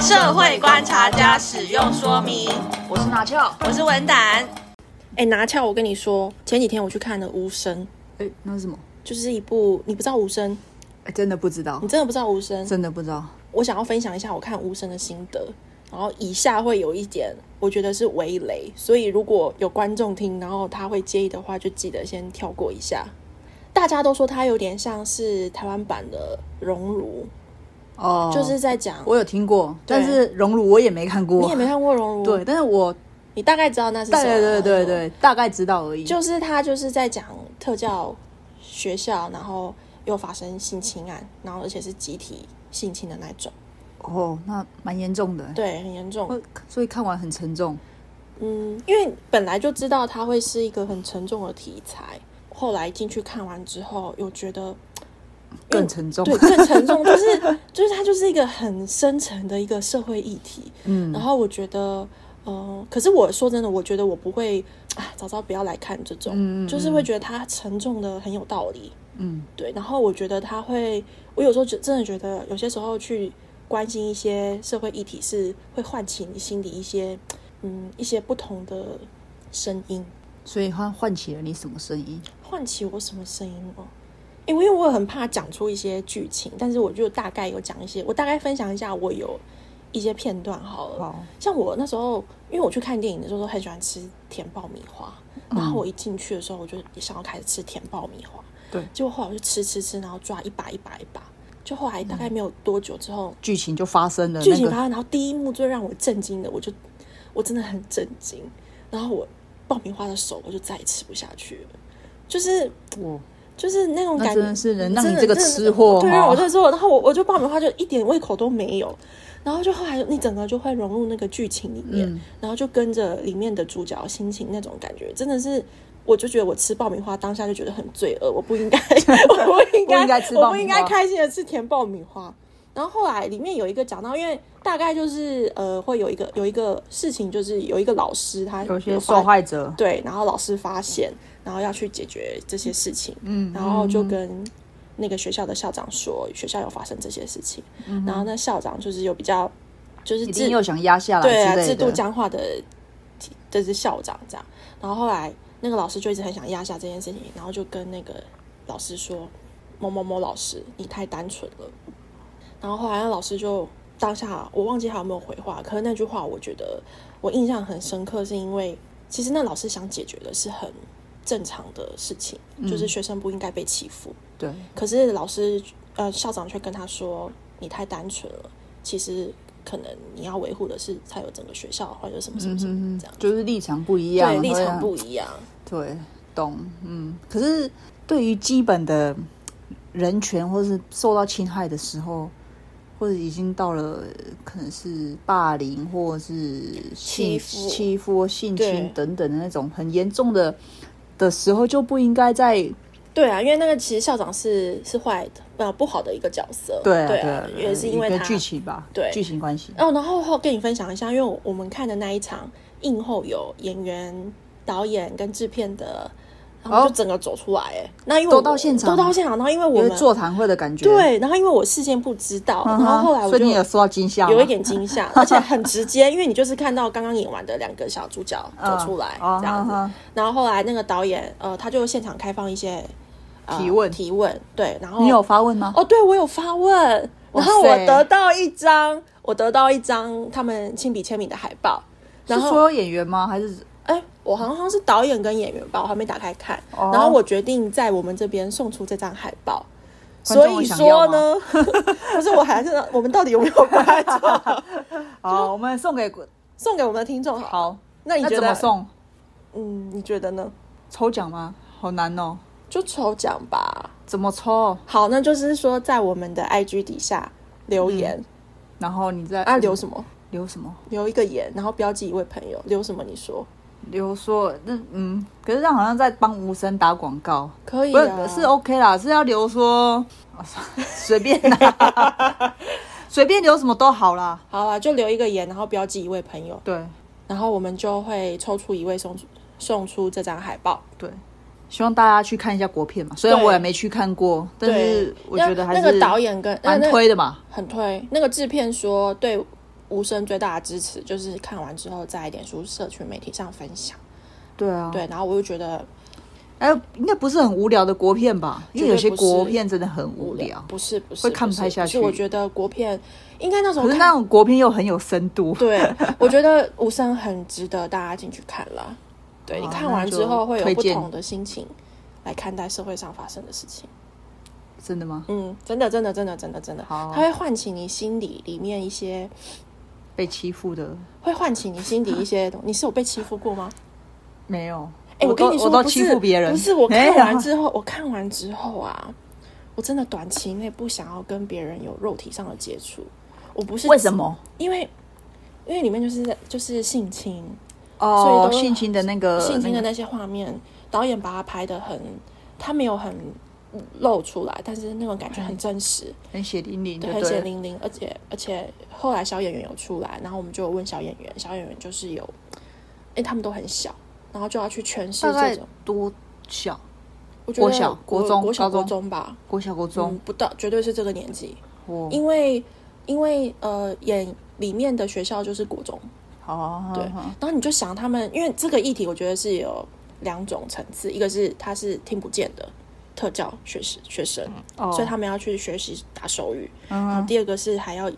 社会观察家使用说明。我是拿翘。我是文胆，哎、拿翘！我跟你说，前几天我去看了《无声》，哎，那是什么？就是一部你不知道《无声》，哎，真的不知道你，真的不知道《无声》。真的不知道。我想要分享一下我看《无声》的心得，然后以下会有一点我觉得是微雷，所以如果有观众听，然后他会介意的话，就记得先跳过一下。大家都说它有点像是台湾版的《熔炉哦》，，就是在讲我有听过，对但是熔炉我也没看过。你也没看过《熔炉》，对，，但是我你大概知道那是什大么？概对对对，大概知道而已。就是他就是在讲特教学校，然后又发生性侵案，然后而且是集体性侵的那种，哦，那蛮严重的。对，很严重。我所以看完很沉重。嗯，因为本来就知道它会是一个很沉重的题材，后来进去看完之后，又觉得更沉重，对更沉重，就是就是它就是一个很深层的一个社会议题。嗯然后我觉得，呃，可是我说真的，我觉得我不会，啊，早知道不要来看这种，嗯嗯就是会觉得它沉重的很有道理。嗯，对，然后我觉得他会，我有时候觉真的觉得，有些时候去关心一些社会议题，是会唤起你心里一些，嗯，一些不同的声音，所以它唤起了你什么声音？唤起我什么声音哦？因为因为我很怕讲出一些剧情，但是我就大概有讲一些，我大概分享一下我有一些片段好了。好，像我那时候，因为我去看电影的时候，都很喜欢吃甜爆米花。然嗯后我一进去的时候，我就想要开始吃甜爆米花。对结果后来我就吃吃吃，然后抓一把一把一把。就后来大概没有多久之后，剧情就发生了。剧情嗯那个发生，然后第一幕最让我震惊的，我就我真的很震惊。然后我爆米花的手，我就再也吃不下去了。就是哇就是那种那感觉，真的是能让真你的这个真的吃货对，哈让我在说，然后我我就爆米花就一点胃口都没有，然后就后来你整个就会融入那个剧情里面，嗯然后就跟着里面的主角心情那种感觉，真的是。我就觉得我吃爆米花当下就觉得很罪恶，我不应该， 我不应该，不应该吃我爆米花不应该开心的吃甜爆米花。然后后来里面有一个讲到，因为大概就是呃，会有一个有一个事情，就是有一个老师他有些发受害者，对，然后老师发现，然后要去解决这些事情，嗯然后就跟那个学校的校长说，学校有发生这些事情，然后那校长就是有比较就是嗯一制定又想压下来对啊之类制的度僵化的这是校长这样，然后后来那个老师就一直很想压下这件事情，然后就跟那个老师说，某某某老师你太单纯了，然后后来那老师就当下我忘记他有没有回话，可是那句话我觉得我印象很深刻，是因为其实那老师想解决的是很正常的事情，就是嗯学生不应该被欺负。对，可是老师呃校长却跟他说：“你太单纯了，其实可能你要维护的是才有整个学校或者什么什么什么嗯这样。就是立场不一样，对，立会啊场让不一样。对，懂，嗯。可是对于基本的人权或是受到侵害的时候，或者已经到了可能是霸凌或者是欺性负欺负、性对侵等等的那种很严重的的时候，就不应该再对啊，因为那个其实校长是是坏的，呃，不好的一个角色。对对啊对啊也是因为一个他剧情吧，对剧情关系，哦，然后后跟你分享一下，因为我我们看的那一场映后有演员、导演跟制片的，然后哦就整个走出来，哎、那因为都我到现场都到现场，然后因为我有们点座谈会的感觉，对，然后因为我事先不知道，然嗯哼，后后来我所以就你有受到惊吓吗，有一点惊 吓，而且很直接，因为你就是看到刚刚演完的两个小主角走嗯出来、哦这样子，嗯哼然后后来那个导演呃，他就现场开放一些、呃提问提问，对，然后你有发问吗？哦，对我有发问，然后哇我塞得到一张，我得到一张他们亲笔签名的海报，然是后所有演员吗？还是哎，我好像是导演跟演员吧，我还没打开看。哦然后我决定在我们这边送出这张海报。观所众以会想要说呢， 不是我还是我们到底有没有观 众？哦好，我们送给送给我们的听众好。好，那哎你那觉怎么得？送？嗯，你觉得呢？抽奖吗？好难哦，就抽奖吧。怎么抽？好，那就是说在我们的 IG 底下留嗯言，然后你再啊，留什么？留什么？留一个言，然后标记一位朋友，留什么？你说留说那嗯，可是这样好像在帮无声打广告，可以不是啊？是哦 OK 啦，是要留说哦 随便啦， 随便留什么都好啦。好啊，就留一个言，然后标记一位朋友，对然后我们就会抽出一位送出送出这张海报。对，希望大家去看一下国片嘛，虽然对我也没去看过，但是对我觉得还那那个是导演跟那蛮那推的嘛。很推，那个制片说对无声最大的支持就是看完之后在脸书社群媒体上分享。对啊，对，，然后我就觉得哎，应该不是很无聊的国片吧？因为有些绝对不是国片真的很无聊，不是不是会看不不太是下不是去我觉得国片应该那时候可是看那种国片又很有深度。对，我觉得无声很值得大家进去看啦。对好你看哦那完之就后会有推不荐同的心情来看待社会上发生的事情。真的吗？嗯，真的，真的，真的，真的，真的，好它会唤起你心里里面一些，被欺负的会唤起你心底一些东。你是有被欺负过吗？没有？哎、我跟都你说，我都不欺是负别人，不是我没看有啊完之后，我看完之后啊，我真的短期内不想要跟别人有肉体上的接触。我不是为什？么？因为因为里面就是在就是性侵，所哦以，都性侵的那个性侵的那个那些画面，导演把它拍的很，他没有很露出来，但是那种感觉很真实，很血淋淋的，对，很血哎对了，淋淋。而且而且后来小演员有出来，然后我们就有问小演员，小演员就是有，因为他们都很小，然后就要去诠释大这概种。多小？我觉得国小国国中国小高中国中吧，国小国中哦嗯嗯，，不到，绝对是这个年纪，我嗯因为因为呃演里面的学校就是国中，好对，然后你就想他们，因为这个议题，我觉得是有两种层次，一个是他是听不见的特教学生学生，哦，所以他们要去学习打手语；嗯然哼后第二个是还要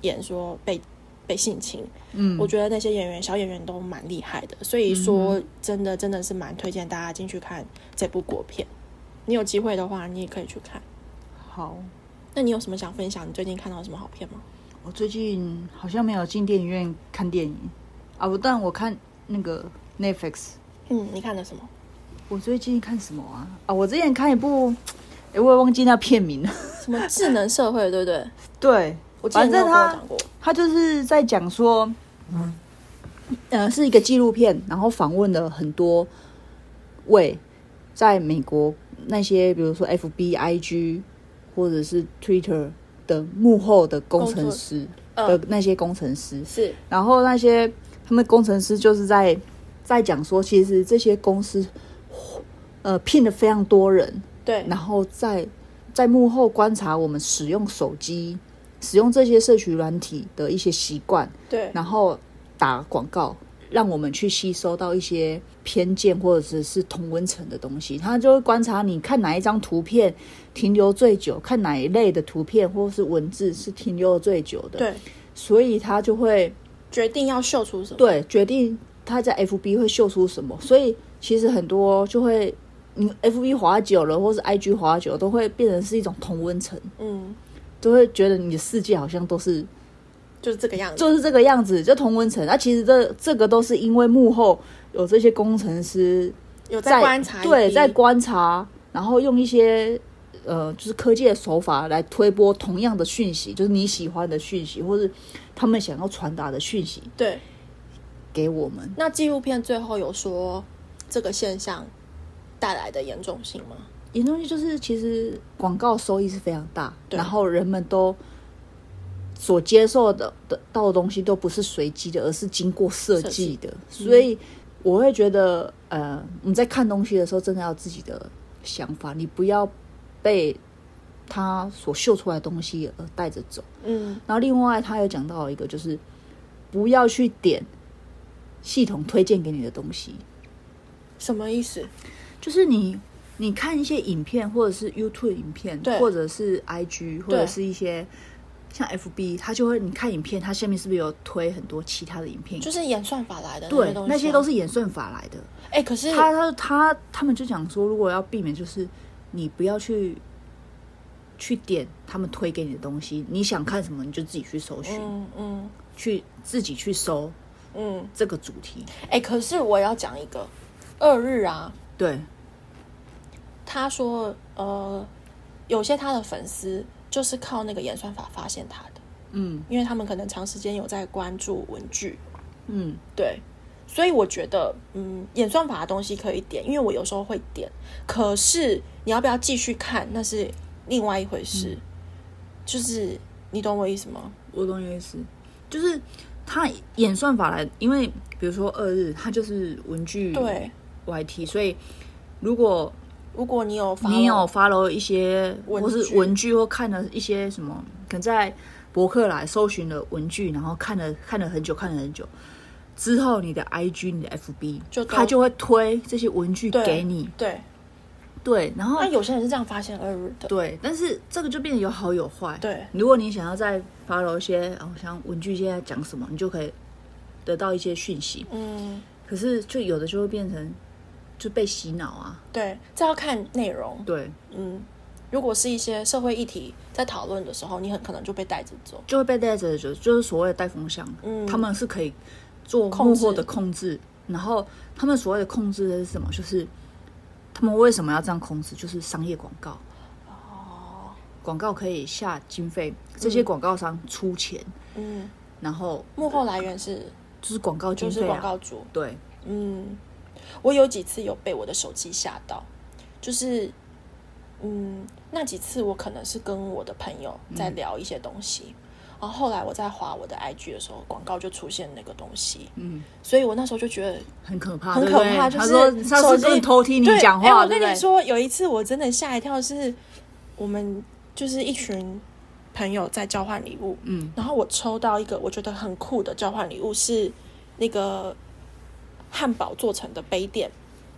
演说被被性侵。嗯，我觉得那些演员小演员都蛮厉害的，所以说真的真的是蛮推荐大家进去看这部国片。你有机会的话，你也可以去看。好。那你有什么想分享？你最近看到什么好片吗？我最近好像没有进电影院看电影啊，我但我看那个 Netflix。嗯，你看了什么？我最近看什么啊？啊，我之前看一部，哎、我也忘记那片名了。 什么智能社会，对不对？对，我记得你有反正跟我他讲过。他就是在讲说，呃，是一个纪录片，然后访问了很多位在美国那些，比如说 FB、IG 或者是 Twitter 的幕后的工程师工作的那些工程师，是然后那些他们工程师就是在在讲说，其实这些公司呃聘了非常多人，对，然后在在幕后观察我们使用手机、使用这些社群软体的一些习惯，对，然后打广告，让我们去吸收到一些偏见或者是是同温层的东西。他就会观察你看哪一张图片停留最久，看哪一类的图片或是文字是停留最久的，，对，所以他就会决定要秀出什么。对，决定他在 FB 会秀出什么。所以其实很多就会，你 FB 滑久了，或是 IG 滑久了，都会变成是一种同温层，嗯，都会觉得你的世界好像都是就是这个样子。就是这个样子，就同温层。那、啊其实这这个都是因为幕后有这些工程师有在在观察，对，在，观察，然后用一些。呃，就是科技的手法来推播同样的讯息，就是你喜欢的讯息，或是他们想要传达的讯息对。给我们。那纪录片最后有说这个现象带来的严重性吗？严重性就是，其实广告收益是非常大，对然后人们都所接受的的到的东西都不是随机的，而是经过设计嗯的。所以我会觉得，呃，你在看东西的时候，真的要有自己的想法，你不要被他所秀出来的东西而带着走。嗯，然后另外，他有讲到一个，就是不要去点系统推荐给你的东西，什么意思？就是你你看一些影片，或者是 YouTube 影片，对或者是 IG，或者是一些像 FB，它就会你看影片，它下面是不是有推很多其他的影片？就是演算法来的对些东，西，啊那些都。是演算法来的。哎、可是他他他他们就讲说，如果要避免，就是你不要去去点他们推给你的东西，你想看什么你就自己去搜寻，嗯嗯去自己去搜嗯，这个主题。哎、可是我要讲一个二日啊，对，他说呃，有些他的粉丝就是靠那个演算法发现他的，嗯因为他们可能长时间有在关注文具，嗯，对，所以我觉得，嗯，演算法的东西可以点，因为我有时候会点，可是你要不要继续看，那是另外一回事。嗯就是你懂我意思吗？我懂你的意思，就是他演算法来，因为比如说二日，它就是文具对， YT，所以如果如果你有 follow, 你有 follow 一些文或具是文具或看了一些什么，可能在博客来搜寻了文具，然后看了看了很久，看了很久之后，你的 IG、你的 FB，就都他就会推这些文具对给你。对，对，然后那有些人是这样发现恶日的，对，但是这个就变得有好有坏。对如果你想要再 follow 一些，哦，像文具现在讲什么，你就可以得到一些讯息。嗯，可是就有的就会变成就被洗脑啊。对，这要看内容，对，嗯，如果是一些社会议题在讨论的时候，你很可能就被带着走，就会被带着走，就是所谓的带风向。嗯他们是可以做控幕制后的控制，然后他们所谓的控制的是什么？就是他们为什么要这样控制？就是商业广告。广告可以下经费，这些广告商出钱，嗯，然后幕后来源是就是广告经就是费广啊。告主，对，嗯，我有几次有被我的手机吓到，就是，嗯，那几次我可能是跟我的朋友在聊一些东西，然后后来我在划我的 IG 的时候，广告就出现那个东西，嗯，所以我那时候就觉得很可怕，很对可不对怕，就他是说他手说机跟偷听你对讲哎话，我跟对不你对？说，有一次我真的吓一跳，是我们就是一群朋友在交换礼物，嗯，然后我抽到一个我觉得很酷的交换礼物，是那个汉堡做成的杯垫，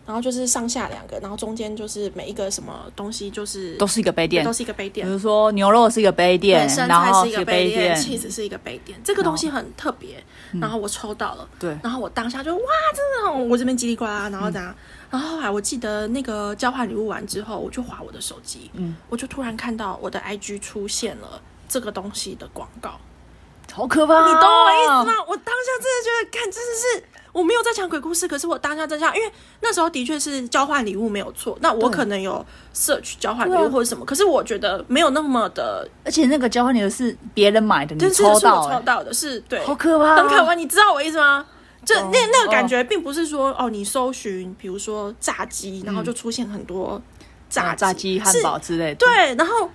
然后就是上下两个，然后中间就是每一个什么东西就是是一个杯都是一个杯垫，如说牛肉是一个杯对，垫生菜是一个杯垫，cheese 是一个杯垫，这个东西很特别，嗯然后我抽到了，对然后我当下就哇，真的哦，我这边叽里呱啦，然后怎样？然后后来我记得那个交换礼物完之后，我就划我的手机，嗯，我就突然看到我的 IG 出现了这个东西的广告，好可怕哦！你懂我意思吗？我当下真的觉得，看，真的是我没有在讲鬼故事，可是我当下真的想，因为那时候的确是交换礼物没有错，那我对可能有 search 交换礼对物啊或者什么，可是我觉得没有那么的，而且那个交换礼的是别人买的，你就是是抽我到、欸抽到的是对，好可怕、很可怕，。你知道我意思吗？就啊懂那那个感哦觉，并不是说哦，你搜寻，比如说炸鸡，然后就出现很多炸嗯炸炸鸡、汉是堡之类的，，对，然后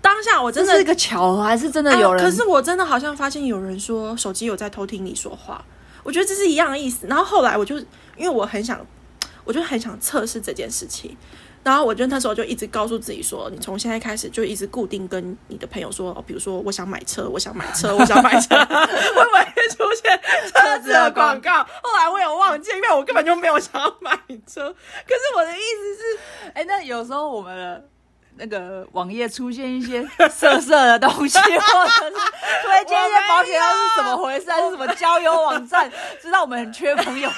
当下我这真的是一个巧合，还是真的有人？哎可是我真的好像发现有人说手机有在偷听你说话，我觉得这是一样的意思。然后后来我就因为我很想，我就很想测试这件事情。然后我就那时候就一直告诉自己说，你从现在开始就一直固定跟你的朋友说，哦，比如说我想买车，我想买车，我想买车，会 不会出现车子的广告？后来我有忘记，因为我根本就没有想要买车。可是我的意思是，哎、那有时候我们的那个网页出现一些色色的东 西，或者是推荐一些保险它是怎么回事，还是什么交友网站，知道我们很缺朋 友。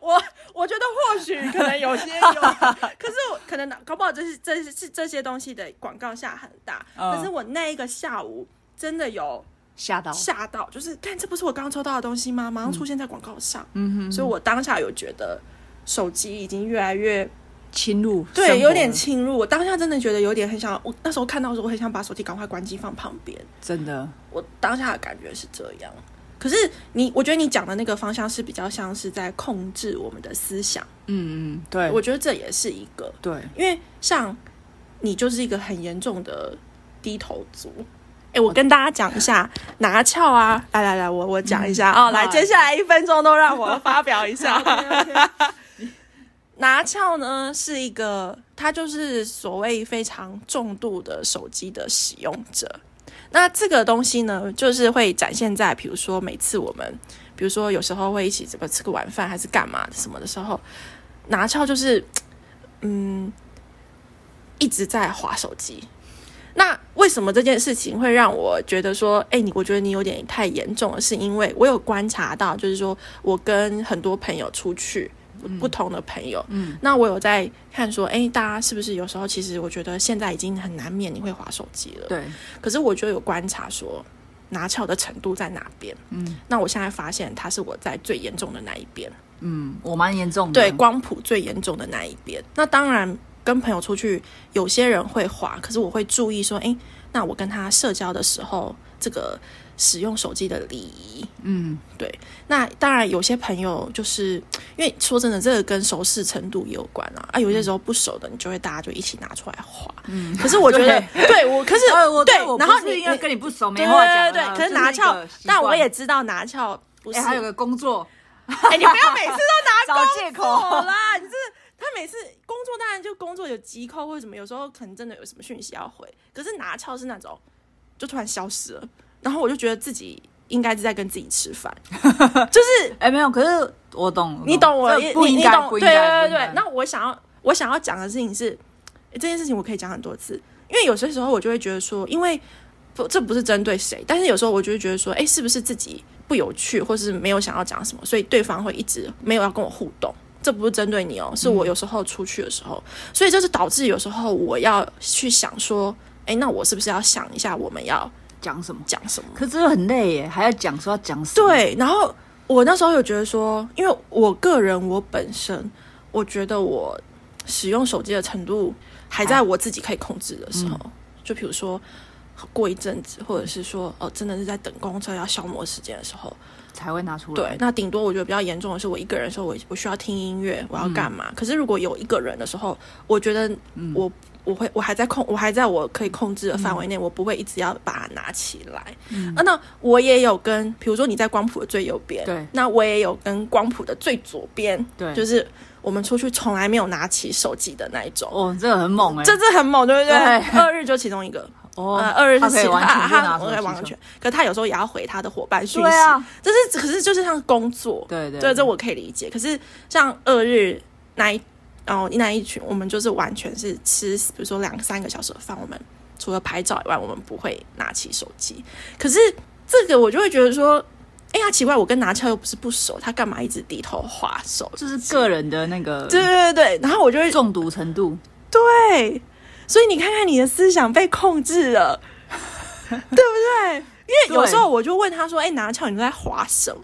我我觉得或许可能有些有，可是我可能搞不好这是这是这些东西的广告下很大，嗯可是我那一个下午真的有吓到，吓到，就是看这不是我刚刚抽到的东西吗？马上出现在广告上，嗯哼，所以我当下有觉得手机已经越来越侵入，对，有点，侵入。我当下真的觉得有点很想，我那时候看到的时候，我很想把手机赶快关机放旁边。真的，我当下的感觉是这样，可是你，我觉得你讲的那个方向是比较像是在控制我们的思想。嗯嗯，对，我觉得这也是一个，对，因为像你就是一个很严重的低头族。哎、我跟大家讲一下拿翘啊，来来来，我我讲一下啊、哦，来，好接下来一分钟都让我发表一下。拿翘呢是一个，他就是所谓非常重度的手机的使用者。那这个东西呢，就是会展现在，比如说每次我们，比如说有时候会一起怎么吃个晚饭，还是干嘛什么的时候，拿翘就是，嗯，一直在划手机。那为什么这件事情会让我觉得说，哎、你我觉得你有点太严重了？是因为我有观察到，就是说我跟很多朋友出去，不不同的朋友，嗯，那我有在看说，哎、大家是不是有时候其实我觉得现在已经很难免你会划手机了，对，可是我就有观察说，拿翘的程度在哪边？嗯那我现在发现它是我在最严重的那一边，嗯，我蛮严重的，对，光谱最严重的那一边。那当然，跟朋友出去，有些人会滑，可是我会注意说，诶，那我跟他社交的时候，这个使用手机的礼仪。嗯，那当然，有些朋友就是因为说真的，这个跟熟识程度也有关啊。啊，有些时候不熟的，你就会大家就一起拿出来滑。嗯，可是我觉 得，对我，可是呃，我对，我然不后是你因为你跟你不熟，没对话对讲，啊对对，可是就拿一翘个，习但我惯也知道拿翘不是。哎、还有个工 作， 哎，你不要每次都拿找工借口作啦！你这他每次工作当然就工作有急扣或者什么，有时候可能真的有什么讯息要回，可是拿翘是那种就突然消失了，然后我就觉得自己应该是在跟自己吃饭， 就是哎、没有，可是我懂，你懂我的意，这不你应你该，懂，不对应该，对对不应对该。那我想要我想要讲的事情是，诶这件事情我可以讲很多次，因为有些时候我就会觉得说，因为不这不是针对谁，但是有时候我就会觉得说，哎，是不是自己不有趣，或是没有想要讲什么，所以对方会一直没有要跟我互动。这不是针对你哦，是嗯我有时候出去的时候，所以这是导致有时候我要去想说，哎，那我是不是要想一下我们要讲什么？讲什么？可是这个很累耶，还要讲说要讲什么？，对，然后我那时候有觉得说，因为我个人我本身，我觉得我使用手机的程度还在我自己可以控制的时候，就比如说过一阵子，或者是说哦，真的是在等公车要消磨时间的时候，才会拿出来。对，那顶多我觉得比较严重的是，我一个人的时候，我我需要听音乐，我要干嗯嘛？可是如果有一个人的时候，我觉得我、我会我还在控，我还在我可以控制的范嗯围内，我不会一直要把它拿起来。嗯、啊，那我也有跟，比如说你在光谱的最右边，对那我也有跟光谱的最左边，对就是我们出去从来没有拿起手机的那一种。哦，这个很猛哎，这是很猛，对不对？对二日就其中一个，哦，呃，二日他是可以其完全不拿他出我来在完全，可他有时候也要回他的伙伴讯息，对啊，这是可是就是像工作，对对对，这我可以理解。可是像二日那一哦那一群，我们就是完全是吃，比如说两三个小时的饭，我们除了拍照以外，我们不会拿起手机。可是这个我就会觉得说，哎呀，奇怪，我跟拿翘又不是不熟，他干嘛一直低头划手？就是个人的那个对对对对，然后我就会中毒程度。对，所以你看看你的思想被控制了，对不对？因为有时候我就问他说：“哎、拿翘，你都在划什么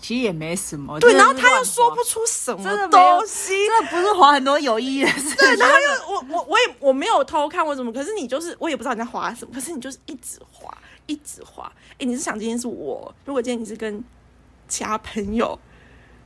其实也没什么。？”对，真的然后是他又乱说滑不，出什么真的没有东西。这不是划很多有意义的事。对，然后又我我我也我没有偷看我怎么，可是你就是我也不知道你在划什么，可是你就是一直划一直划。哎、你是想今天是我，如果今天你是跟其他朋友，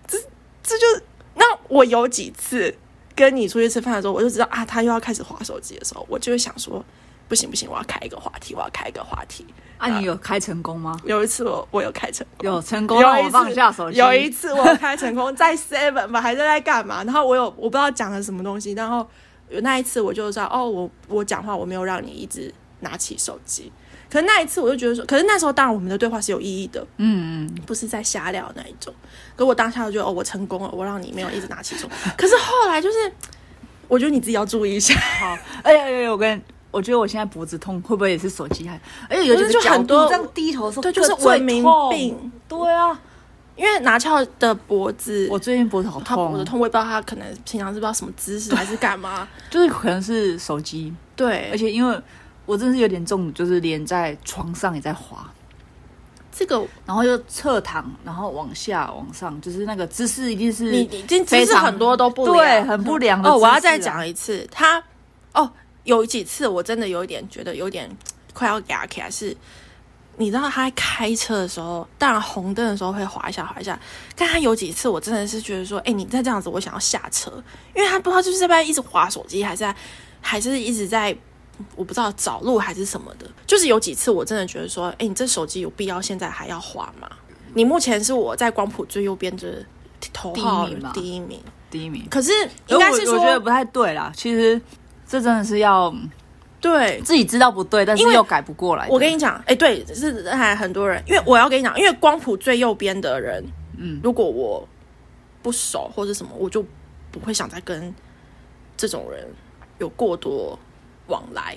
这这就是那我有几次跟你出去吃饭的时候，我就知道啊，他又要开始划手机的时候，我就会想说，不行不行，我要开一个话题，我要开一个话题。啊，你有开成功吗？有一次我我有开成功，有成功让有一我次放下手机。有一次我开成功 在 Seven 吧，还是在干嘛？然后我有我不知道讲了什么东西，然后有那一次我就知道哦，我我讲话我没有让你一直拿起手机。可是那一次我就觉得说，可是那时候当然我们的对话是有意义的，嗯，嗯，不是在瞎聊那一种。可我当下就觉得哦，我成功了，我让你没有一直拿起手机。可是后来就是，我觉得你自己要注意一下。 好。哎呀呀呀！我跟我觉得我现在脖子痛，会不会也是手机害？而且尤其不是就角度很多这样低头的时候，对就是最文明痛病。对啊，因为拿翘的脖子，我最近脖子好他脖子痛，痛，我也不知道他可能平常是不知道什么姿 势还是干嘛。就是可能是手机，对，而且因为我真的是有点中毒，就是连在床上也在滑。这个然后就侧躺，然后往下往上，就是那个姿势一定是你已经非姿势常很多都不良对，很不良的哦。我要姿势再啊讲一次，他哦，有几次我真的有一点觉得有点快要牙起来，是你知道他在开车的时候，当然红灯的时候会滑一下滑一下，但他有几次我真的是觉得说，哎，你再这样子，我想要下车，因为他不知道就是在那边一直滑手机，还是在还是一直在。我不知道找路还是什么的，就是有几次我真的觉得说，哎、你这手机有必要现在还要滑吗？你目前是我在光谱最右边就是头号第一名吧第一名，第一名。可是应该是我说，我觉得不太对啦，其实这真的是要对。自己知道不对，但因是为又改不过来的。我跟你讲，哎、对，是还很多人，因为我要跟你讲，因为光谱最右边的人，嗯如果我不熟或者什么，我就不会想再跟这种人有过多往来。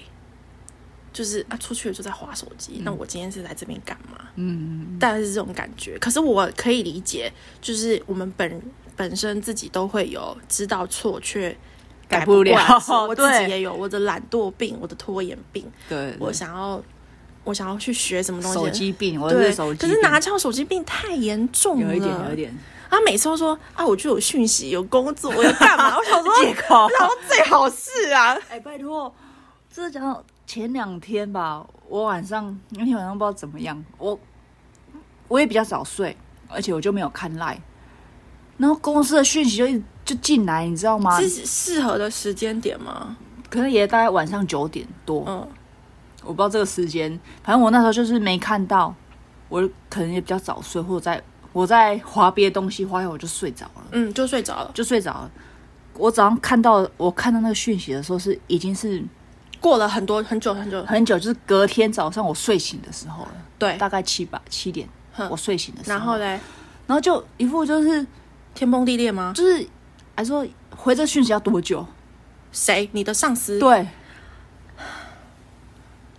就是啊，出去了就在划手机，那我今天是来这边干嘛？嗯，大概是这种感觉。可是我可以理解，就是我们本本身自己都会有知道错却改不不了过来的时候我自己 对也有我的懒惰病，我的拖延病，对，对我想要我想要去学什么东西。嗯手机病，我对是手，机可病，是拿翘手机病太严重了，有一点有一。点他每次都说啊，我就有讯息，有工作，我要干 嘛？我想说，借口。然后最好是啊，哎，拜托，这讲到前两天吧，我晚上那天晚上不知道怎么样，我我也比较早睡，而且我就没有看赖，然后公司的讯息就一直就进来，你知道吗？是适合的时间点吗？可能也大概晚上九点多，嗯，我不知道这个时间，反正我那时候就是没看到，我可能也比较早睡，或者在我在划别的东西，划一会儿我就睡着了，嗯，就睡着了。就睡着了。我早上看到我看到那个讯息的时候是已经是过了很多很久很久，很久，就是隔天早上我睡醒的时候了，对，大概七吧七点，哼我睡醒的时候，然后嘞，然后就一副就是天崩地裂吗？就是还说回这讯息要多久？谁？你的上司？对，啊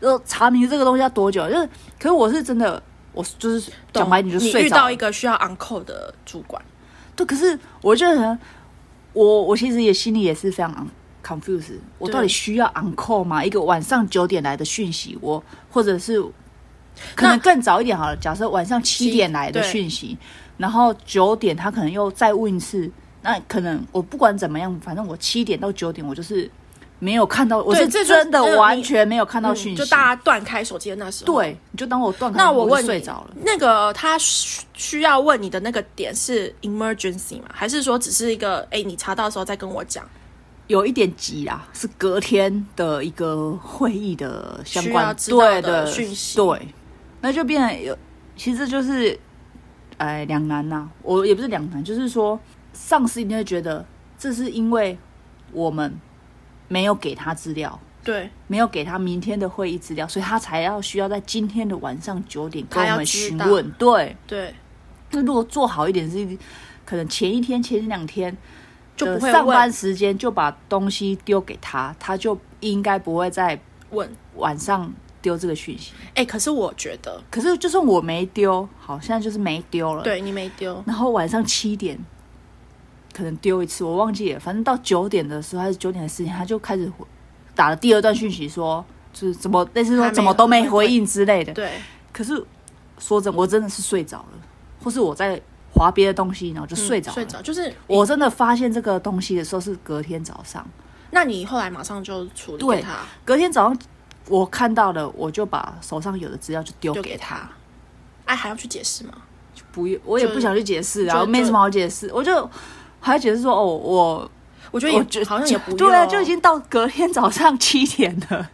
然后查明这个东西要多久？就是，可是我是真的，我就是懂，讲白你就你睡遇着到了一个需要 on call 的主管，对，可是我就很，我我其实也心里也是非常 confused，我对到底需要 on call 吗？一个晚上九点来的讯息，我或者是可能更早一点好了，假设晚上七七点来的对讯息，然后九点他可能又再问一次，那可能我不管怎么样，反正我七点到九点我就是没有看到，我对是这就真的这个完你全没有看到嗯讯息，就大家断开手机的那时候，。对，你就当我断开，嗯那我就问你睡着了。那个他需需要问你的那个点是 emergency 吗？还是说只是一个哎、你查到的时候再跟我讲？有一点急啦，是隔天的一个会议的相需关要知道的对的讯息对，那就变得有，其实就是，哎，两难呐、我也不是两难，就是说，上司一定会觉得这是因为我们没有给他资料，对，没有给他明天的会议资料，所以他才要需要在今天的晚上九点跟他我要们知询道问。对，对，那如果做好一点是，可能前一天、前两天就的不会上班问时间就把东西丢给他，他就应该不会在问。晚上丢这个讯息。哎、可是我觉得，可是就算我没丢，好像就是没丢了。。对你没丢，然后晚上七点可能丢一次，我忘记了，反正到九点的时候还是九点的事情，他就开始回打了第二段讯息说，就是怎么类似还说没怎么都没回应之类的。对，可是说真的，我真的是睡着了，或是我在划别的东西，然后就睡着、嗯了。睡着就是我真的发现这个东西的时候是隔天早上，那你后来马上就处理对给他，隔天早上我看到了，我就把手上有的资料就丢丢给给他，他。哎，还要去解释吗？就不用，我也就不想去解释啊，就我没什么好解释，我就还解释说哦，我我觉得我也觉好像也不用，对啊，就已经到隔天早上七点了，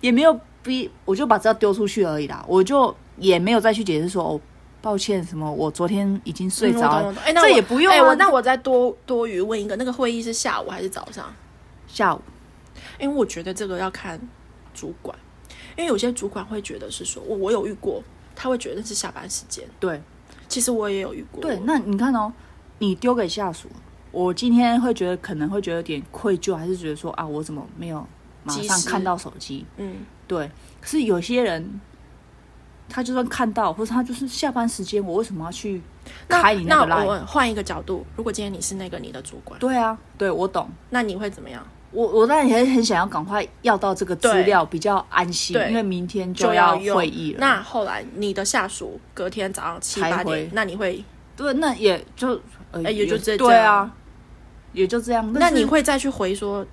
也没有逼，我就把资料丢出去而已啦，我就也没有再去解释说哦。抱歉，什么？我昨天已经睡嗯我懂着我了懂。哎，那这我也不用哎啊。我那我再多多余问一个，那个会议是下午还是早上？下午因为我觉得这个要看主管，因为有些主管会觉得是说，我我有遇过，他会觉得那是下班时间。对，其实我也有遇过，对，那你看哦，你丢给下属，我今天会觉得可能会觉得有点愧疚，还是觉得说啊，我怎么没有马及上时看到手机？嗯，对，可是有些人，他就算看到，或者他就是下班时间，我为什么要去那开你个那我 line？换一个角度，如果今天你是那个你的主管，对啊，对我懂。那你会怎么样？我我当然也很想要赶快要到这个资对料，比较安心，对因为明天就要用会议了。那后来你的下属隔天早上七才八回点，那你会，对，那也就呃哎也就这对这样啊，也就这样。那但是你会再去回说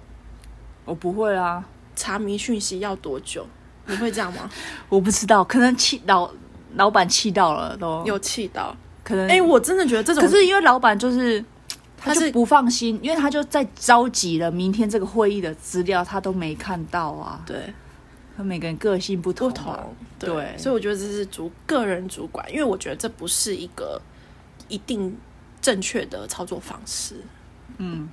我不会啊，查明讯息要多久？你会这样吗？ 我不知道，可能气老老板气到了都，有气到？可能哎、我真的觉得这种，嗯可是因为老板就是他他就是不放心，因为他就在着急了，明天这个会议的资料他都没看到啊。对和每个人个性不同不啊，同，对对，所以我觉得这是主个人主管，因为我觉得这不是一个一定正确的操作方式。嗯，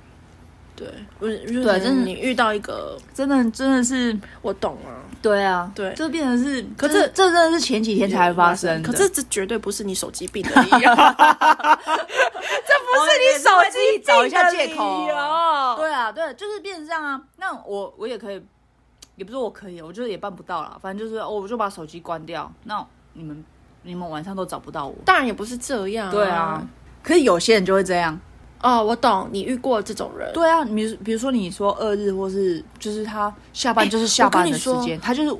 对，我对对真的你遇到一个，真的真的是我懂啊，对啊，对这变成是，可这这这真的是前几天才会发生的，可这这绝对不是你手机病的理 由，这不是你手我也是会自己机找一下病的借口哦理由对啊，对，就是变成这样啊。那我我也可以，也不是我可以，我就是也办不到啦。反正就是，哦我就把手机关掉。那你们你们晚上都找不到我。当然也不是这样、对啊，，可是有些人就会这样。哦，我懂，你遇过这种人，对啊，比如比如说你说二日，或是就是他下班就是下班的时哎我跟间，他就是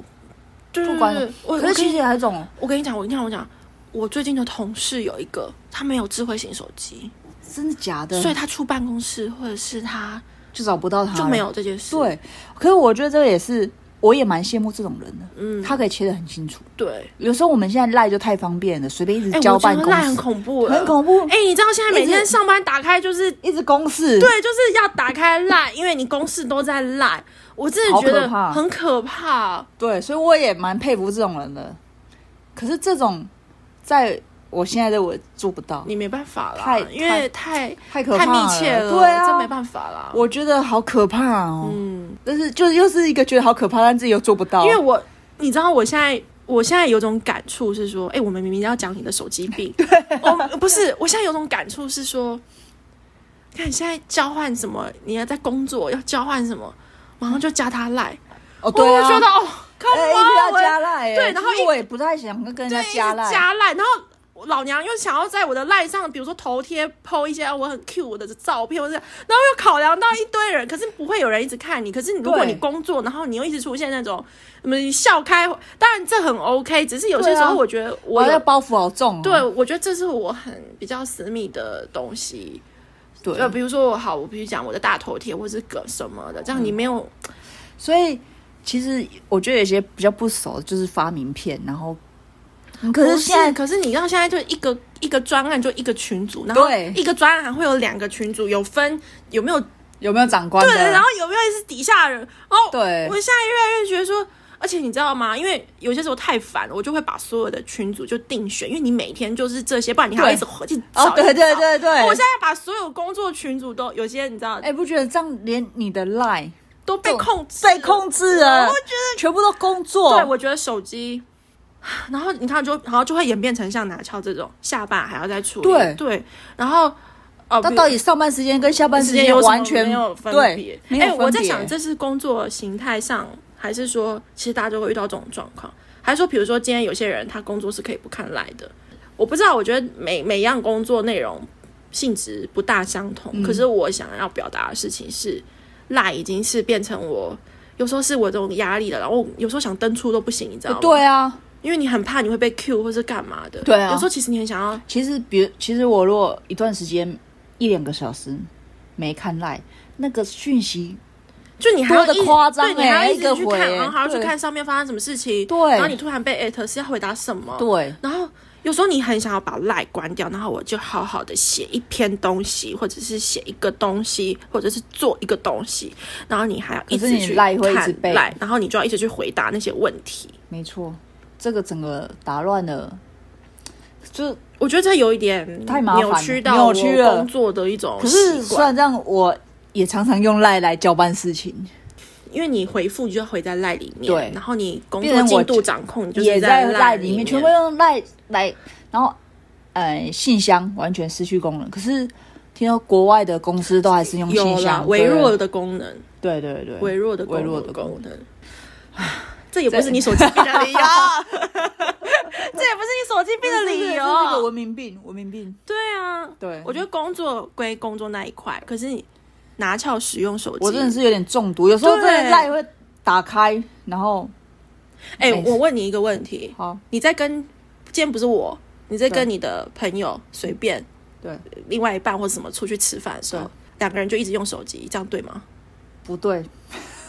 对，不管对。对我可我是跟其你实还有一种我跟你讲，我跟你讲，我跟你讲，我最近的同事有一个，他没有智慧型手机，真的假的，所以他出办公室或者是他就找不到他就没了。有这件事。啊对，可是我觉得这个也是，我也蛮羡慕这种人的，嗯，他可以切得很清楚。对，有时候我们现在赖就太方便了，随便一直哎、交我觉办得公赖室很，恐怖，很恐怖哎、你知道现在每一天直上班打开就是，一直公事。对，就是要打开赖，因为你公事都在赖，我真的好觉可得怕很可怕。对，所以我也蛮佩服这种人的。可是这种，在我现在的我做不到，你没办法啦太，因为太太可怕太密切了，对啊，真没办法啦。我觉得好可怕哦。嗯，但是就是又是一个觉得好可怕，但自己又做不到。因为我你知道我现在。我现在有种感触是说，哎、我们明明要讲你的手机 病，哦，不是，我现在有种感触是说，看现在交换什么，你要在工作要交换什么，马上就加他赖，哦，对啊，我就觉得哦，看哎一我定要加赖、哎对然后其实一我也不太想跟跟人对，家加赖，一直加赖，然后老娘又想要在我的赖上，比如说头贴 PO 一些哦我很 Q 我的照片，或者然后又考量到一堆人，可是不会有人一直看你。可是如果对你工作，然后你又一直出现那种什么笑开，当然这很 OK，只是有些对啊时候我觉得我哇，有那包袱好重、哦。对，我觉得这是我很比较私密的东西。对呃，比如说我好，我必须讲我的大头贴或者是个什么的，这样你没有、所以其实我觉得有些比较不熟，就是发名片，然后嗯可不是现在可是你知道现在就一个一个专案就一个群组，然后对一个专案还会有两个群组，有分有没有有没有长官对，的？然后有没有是底下的人，然后对我现在越来越觉得说。而且你知道吗？因为有些时候太烦了，我就会把所有的群组就定选，因为你每天就是这些，不然你还对会一直回去找。哦，对一直对找对对，我现在把所有工作群组都有些，你知道，哎、不觉得这样连你的 line 都被都控制被了控制了？我觉得全部都工作，对，我觉得手机， 然后你看就，然后就会演变成像拿翘这种，下班还要再处理。对然后呃，那比如到底上班时间跟下班时间有什么完全没有分别对，？没有哎，分别。我在想，这是工作形态上，还是说其实大家都会遇到这种状况？还是说，比如说今天有些人他工作是可以不看来的？我不知道，我觉得每每样工作内容性质不大相同，嗯可是我想要表达的事情是，赖已经是变成我。有时候是我这种压力的，然后我有时候想登出都不行，你知道吗？对啊，因为你很怕你会被 Q 或是干嘛的。对啊有时候其实你很想要，其实比如其实我如果一段时间一两个小时没看 line，那个讯息就你还要多一得夸张对，你还欸要一一个直去回看，然后还要去对看上面发生什么事情，对然后你突然被艾特是要回答什么，。对然后有时候你很想要把赖关掉，然后我就好好的写一篇东西，或者是写一个东西，或者是做一个东西，然后你还要一可是直你去赖会一直看被赖，然后你就要一直去回答那些问题。没错，这个整个打乱了，就我觉得这有一点太麻烦扭了曲到我扭曲了工作的一种可是习虽惯，然这样，我也常常用赖来交办事情，因为你回复你就要回在赖里面，对然后你工变作成我进度掌控你就是也在赖赖里面，全部用赖来，然后呃信箱完全失去功能。可是听说国外的公司都还是用信有啦箱，，微对弱，的功能，对对对，微弱的功微能弱的功能。这也不是你手机病的 理由，这啊也不是你手机病的理这是这个由。文明病，文明病，对啊，对我觉得工作归工作那一块，可是你拿翘使用手机，我真的是有点中毒，有时候对真的赖会打开，然后哎、没事我问你一个问题，好，你在跟今天不是我，你在对跟你的朋友随便对，另外一半或什么出去吃饭的时候对，两个人就一直用手机，这样对吗？不对，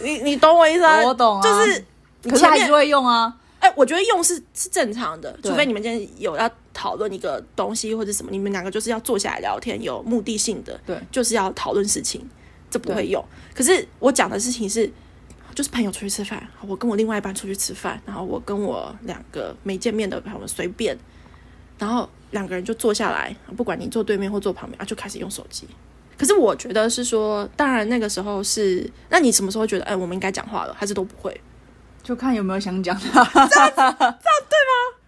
你你懂我意思啊？我懂啊就是你可是前还面是会用啊，哎、我觉得用是是正常的，对除非你们今天有要讨论一个东西或者什么，你们两个就是要坐下来聊天，有目的性的，对就是要讨论事情，这不会对用。可是我讲的事情是，就是朋友出去吃饭，我跟我另外一半出去吃饭，然后我跟我两个没见面的朋友随便，然后两个人就坐下来，不管你坐对面或坐旁边啊，就开始用手机。可是我觉得是说，当然那个时候是，那你什么时候觉得，哎、我们应该讲话了，还是都不会？就看有没有想讲的，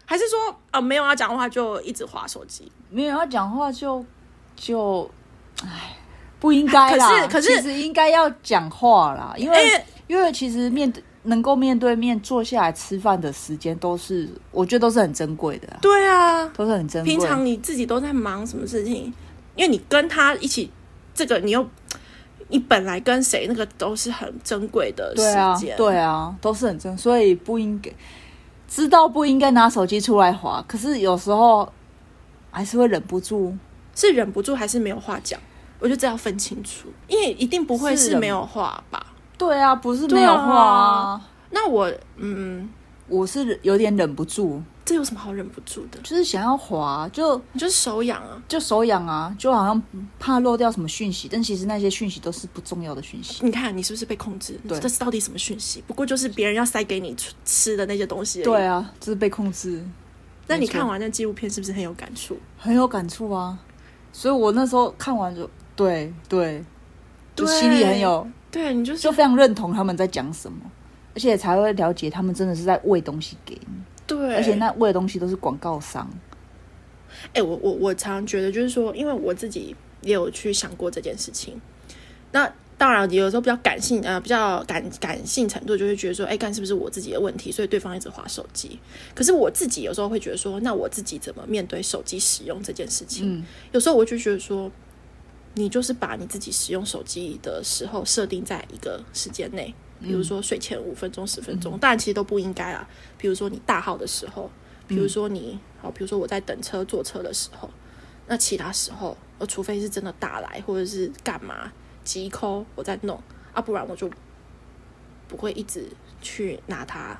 还是说啊、呃没有要讲话就一直划手机？没有要讲话就就，唉，不应该 可是啦。哎可是其实应该要讲话啦，因为、因为因为其实面对能够面对面坐下来吃饭的时间都是，我觉得都是很珍贵的啊、对啊，都是很珍贵。平常你自己都在忙什么事情？因为你跟他一起，这个你又你本来跟谁那个都是很珍贵的对啊时间，，对啊，都是很珍，所以不应该知道不应该拿手机出来滑，可是有时候还是会忍不住。是忍不住还是没有话讲？我觉得这要分清楚，因为一定不会是是忍没有话吧？对啊，不是没有话啊，那我嗯，我是有点忍不住，这有什么好忍不住的？就是想要滑就。你就是手痒啊！就手痒啊，就好像怕漏掉什么讯息，但其实那些讯息都是不重要的讯息。你看你是不是被控制？对这是到底什么讯息？不过就是别人要塞给你吃吃的那些东西而已。对啊，这是被控制，那你没错看完那纪录片是不是很有感触？很有感触啊。所以我那时候看完就对对，就对心里很有对啊，你就是就非常认同他们在讲什么，而且才会了解他们真的是在喂东西给你，对，而且那喂的东西都是广告商。哎、我我我常觉得就是说，因为我自己也有去想过这件事情。那当然，有时候比较感性，呃，比较感感性程度，就会觉得说，哎、干是不是我自己的问题，所以对方一直划手机。可是我自己有时候会觉得说，那我自己怎么面对手机使用这件事情？嗯，有时候我就觉得说，你就是把你自己使用手机的时候设定在一个时间内，比如说睡前五分钟、十分钟，当然其实都不应该啦。比如说你大号的时候，比如说你好，比如说我在等车、坐车的时候，那其他时候，呃，除非是真的大来或者是干嘛急抠我在弄啊，不然我就不会一直去拿它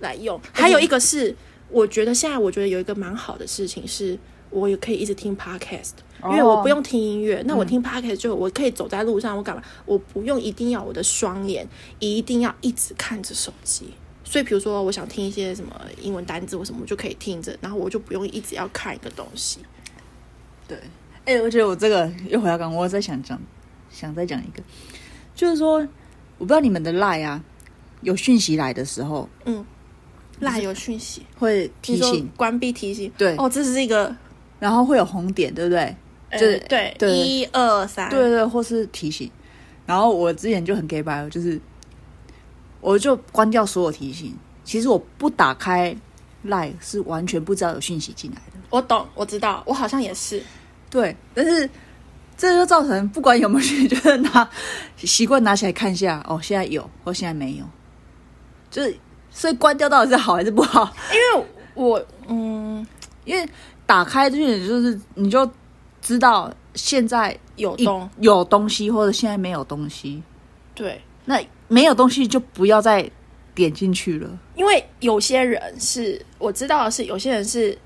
来用。还有一个是，我觉得现在我觉得有一个蛮好的事情是。我也可以一直听 podcast，因哦为我不用听音乐，那我嗯听 podcast 就我可以走在路上，我干嘛？我不用一定要我的双眼一定要一直看着手机。所以，比如说我想听一些什么英文单字或什么，我就可以听着，然后我就不用一直要看一个东西。对，哎、我觉得我这个又回到刚，刚，我在想讲，想再讲一个，就是说，我不知道你们的赖啊，有讯息来的时候赖有讯息会提你说醒，关闭提醒，对哦，这是一个，然后会有红点，对不对？就是呃对对一二三，对对，或是提醒。然后我之前就很 gay 白，就是我就关掉所有提醒。其实我不打开 Line 是完全不知道有讯息进来的。我懂，我知道，我好像也是，对，但是这就造成不管有没有讯息，就是拿习惯拿起来看一下，哦，现在有或现在没有，就是所以关掉到底是好还是不好？因为我嗯因为打开这些就是你就知道现在有一动，有东西或者现在没有东西。对，那没有东西就不要再点进去了。因为有些人是我知道的是，有些人是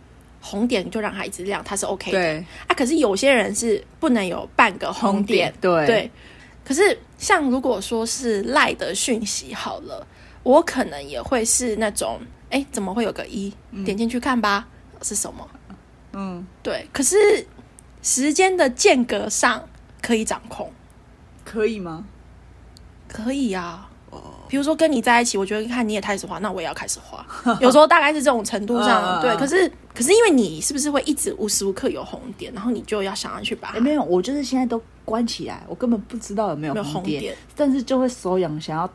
红点就让它一直亮，它是 OK 的啊，可是有些人是不能有半个红点，对对，可是像如果说是赖的讯息好了，我可能也会是那种，哎，怎么会有个一、点进去看吧，是什么？嗯，对，可是时间的间隔上可以掌控，可以吗？可以啊。比如说跟你在一起，我觉得看你也开始滑，那我也要开始 滑。有时候大概是这种程度嗯嗯上，嗯对。可是可是因为你是不是会一直无时无刻有红点，然后你就要想要去把哎、它没有，我就是现在都关起来，我根本不知道有没有没有红红点，点但是就会手痒，想要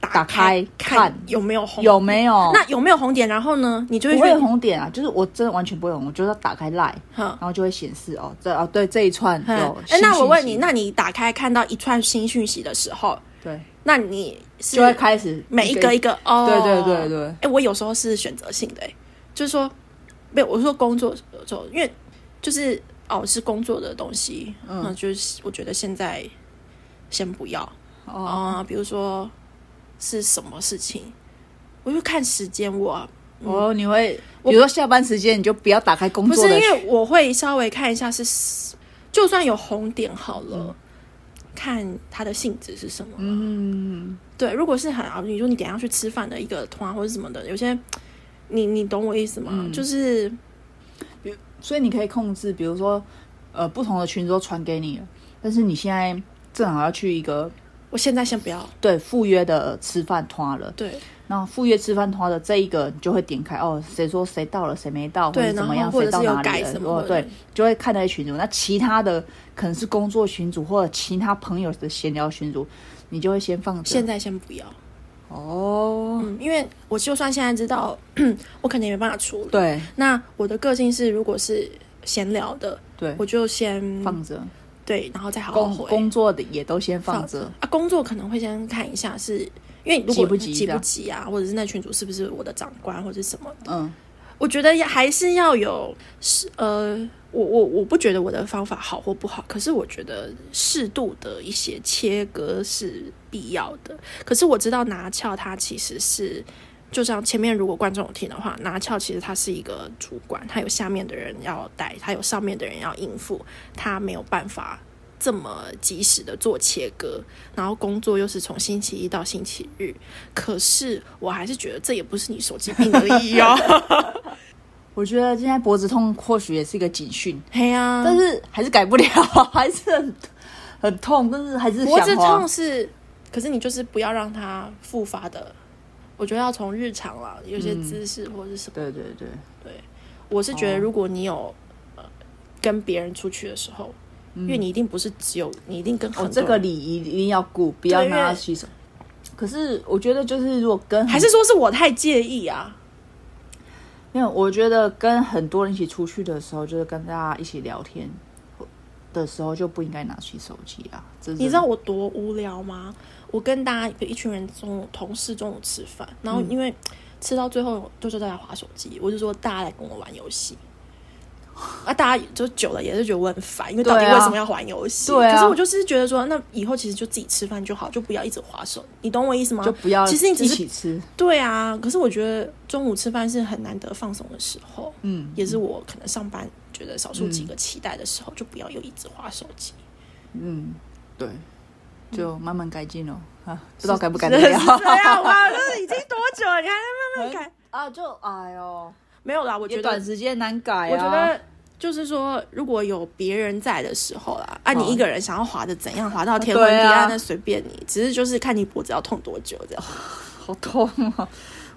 打开看看有没有红，有没有？那有没有红点？然后呢，你就会不觉会得有红点啊，就是我真的完全不会红，我就是要打开 Line，哼然后就会显示哦，这哦对这一串哼有新讯息。哎，那我问你，那你打开看到一串新讯息的时候，对那你是就会开始每一个一个个哦？对对对对哎，我有时候是选择性的，哎，就是说没有，我说工作的时候，因为就是哦是工作的东西，嗯嗯，就是我觉得现在先不要哦啊，比如说是什么事情，我就看时间，我啊哦，你会比如说下班时间你就不要打开工不作是的，因为我会稍微看一下是，就算有红点好了，看它的性质是什么。嗯对，如果是很啊，你说你等一下去吃饭的一个团或者什么的，有些你你懂我意思吗？嗯就是所以你可以控制，比如说，呃，不同的群都传给你了，但是你现在正好要去一个我现在先不要，对赴约的吃饭团了，对那赴约吃饭团的这一个你就会点开哦，谁说谁到了，谁没到，或对者怎么样，然后或谁者到是有哪里改了什，么哦，的对，就会看那些群组。那其他的可能是工作群组或者其他朋友的闲聊群组，你就会先放着。现在先不要，哦，嗯，因为我就算现在知道， 我肯定没办法处理。对那我的个性是，如果是闲聊的，对，我就先放着，对，嗯然后再好好工回。工作的也都先放着。啊，工作可能会先看一下是，因为如果急不急急的不急啊，或者是那群主是不是我的长官或者什么的，嗯，我觉得也还是要有是呃，我我我不觉得我的方法好或不好，可是我觉得适度的一些切割是必要的。可是我知道拿翘它其实是。就像前面，如果观众有听的话，拿翘其实他是一个主管，他有下面的人要带，他有上面的人要应付，他没有办法这么及时的做切割，然后工作又是从星期一到星期日，可是我还是觉得这也不是你手机病而已哦。我觉得现在嗯脖子痛或许也是一个警讯。嘿呀、 但是还是改不了，还是很很痛，但是还是脖子想花痛是，可是你就是不要让它复发的。我觉得要从日常啦，有些嗯姿势或者是什么。对对对，我是觉得，哦如果你有、呃跟别人出去的时候，因为你一定不是只有你，一定跟很嗯哦，多这个人礼仪一定要顾，不要对因为拿到洗手。可是我觉得，就是如果跟还是说是我太介意啊？没有，我觉得跟很多人一起出去的时候，就是跟大家一起聊天的时候，就不应该拿起手机啊。这是你知道我多无聊吗？我跟大家一群人中午同事中午吃饭，然嗯后因为吃到最后就是大家划手机，我就说大家来跟我玩游戏。啊，大家就久了也是觉得我很烦，因为到底对啊为什么要玩游戏？对啊可是我就是觉得说，那以后其实就自己吃饭就好，就不要一直划手，你懂我意思吗？就不要其实你只一是起吃，对啊，可是我觉得中午吃饭是很难得放松的时候，嗯，也是我可能上班觉得少数几个期待的时候，就不要又一直划手机。嗯，对，就慢慢改进了啊，不知道改不改真得的是 了这样 哇，这是已经多久了？你还在慢慢改？啊？就哎呦，没有啦，我觉也得，短时间难改啊。我觉得就是说，如果有别人在的时候啦，啊，嗯你一个人想要滑的怎样，滑到天昏地对啊哦暗，那随便你，只是就是看你脖子要痛多久这样。好痛啊！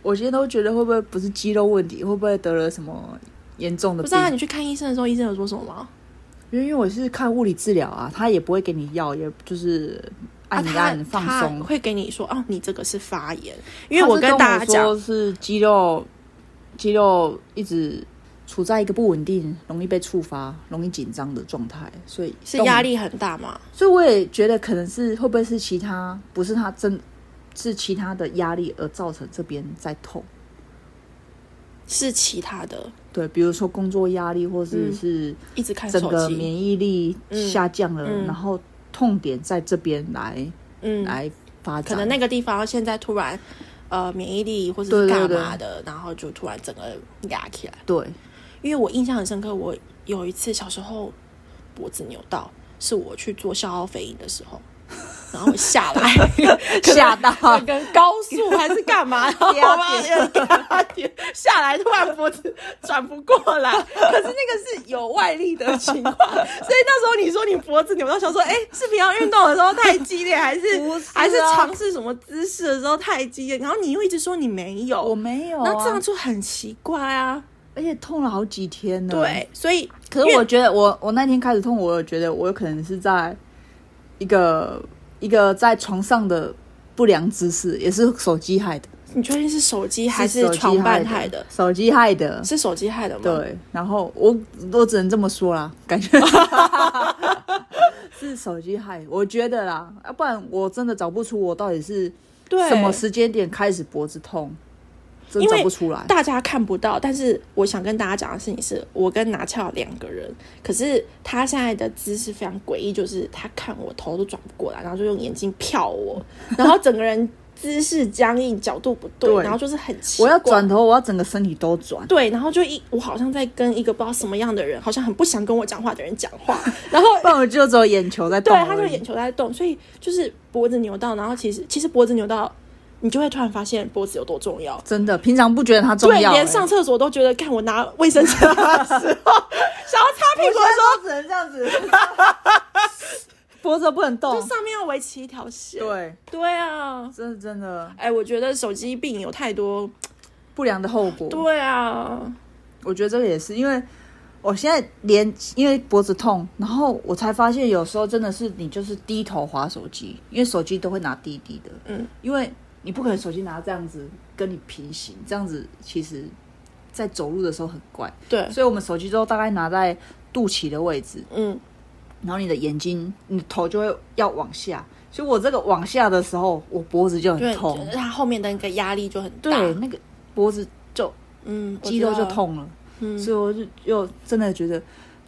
我今天都觉得会不会不是肌肉问题，会不会得了什么严重的不病？是啊，你去看医生的时候，医生有说什么吗？因为因为我是看物理治疗啊，他也不会给你药，也就是啊，按一他按、放他松。会给你说，哦，你这个是发炎，因为我跟大家他是讲我，是肌肉肌肉一直处在一个不稳定、容易被触发、容易紧张的状态，所以是动压。力很大嘛。所以我也觉得可能是会不会是其他不是他真是其他的压力而造成这边在痛。是其他的，对，比如说工作压力，或者嗯是一直看整手个免机，疫力嗯下降了，嗯然后痛点在这边来、嗯，来发可展，能那个地方现在突然呃免疫力或者对是对干对嘛的，然后就突然整个压起来。对因为我印象很深刻，我有一次小时候脖子扭到，是我去做消耗肥营的时 候，然后我下来吓到可能跟高速还是干 嘛，然后跌啊我妈跌就跌下来，突然脖子转不过来，可是那个是有外力的情况，所以那时候你说你脖子扭到，想说哎、是平常运动的时候太激烈，还是 不是啊还是尝试什么姿势的时候太激烈，然后你又一直说你没有，我没有、啊，那这样就很奇怪啊。而且痛了好几天呢。，对，所以可是我觉得我我那天开始痛，我有觉得我有可能是在一个一个在床上的不良姿势，也是手机害的，你确定是手机还是手机床伴害害的？手机害的。是手机害的吗？，对，然后我我只能这么说啦，感 觉是手机害，我觉得啦，要不然我真的找不出我到底是对什么时间点开始脖子痛，真因为找不出来。大家看不到，但是我想跟大家讲的事情是，我跟拿翘两个人，可是他现在的姿势非常诡异，就是他看我头都转不过来，然后就用眼睛瞟 我，然后整个人姿势僵硬，角度不对，对然后就是很奇我怪。要转头，我要整个身体都转。对，然后就一我好像在跟一个不知道什么样的人，好像很不想跟我讲话的人讲话，然后不然我就只有眼球在动对而已。，他就眼球在动，所以就是脖子扭到，然后其实其实脖子扭到，你就会突然发现脖子有多重要。真的，平常不觉得它重对，要、欸连上厕所都觉得，看我拿卫生纸的时候， 想要擦屁股的时说只能这样子， 脖子不能候，动就。上面要围起一条线。对，对啊，这是真的哎，我觉得手机病有太多。不良的后果。对啊，我觉得这个也是，因为我现在连因为脖子痛，然后我才发现有时候真的是你就是低头划手机，因为手机都会拿低低的，嗯，因为你不可能手机拿这样子跟你平行，这样子其实在走路的时候很怪，对，所以我们手机都大概拿在肚脐的位置，嗯，然后你的眼睛，你头就会要往下，所以我这个往下的时候，我脖子就很对，痛，他后面的那个压力就很大，对，那个脖子就嗯，我肌知肉道就，痛了，嗯，所以我就又真的觉得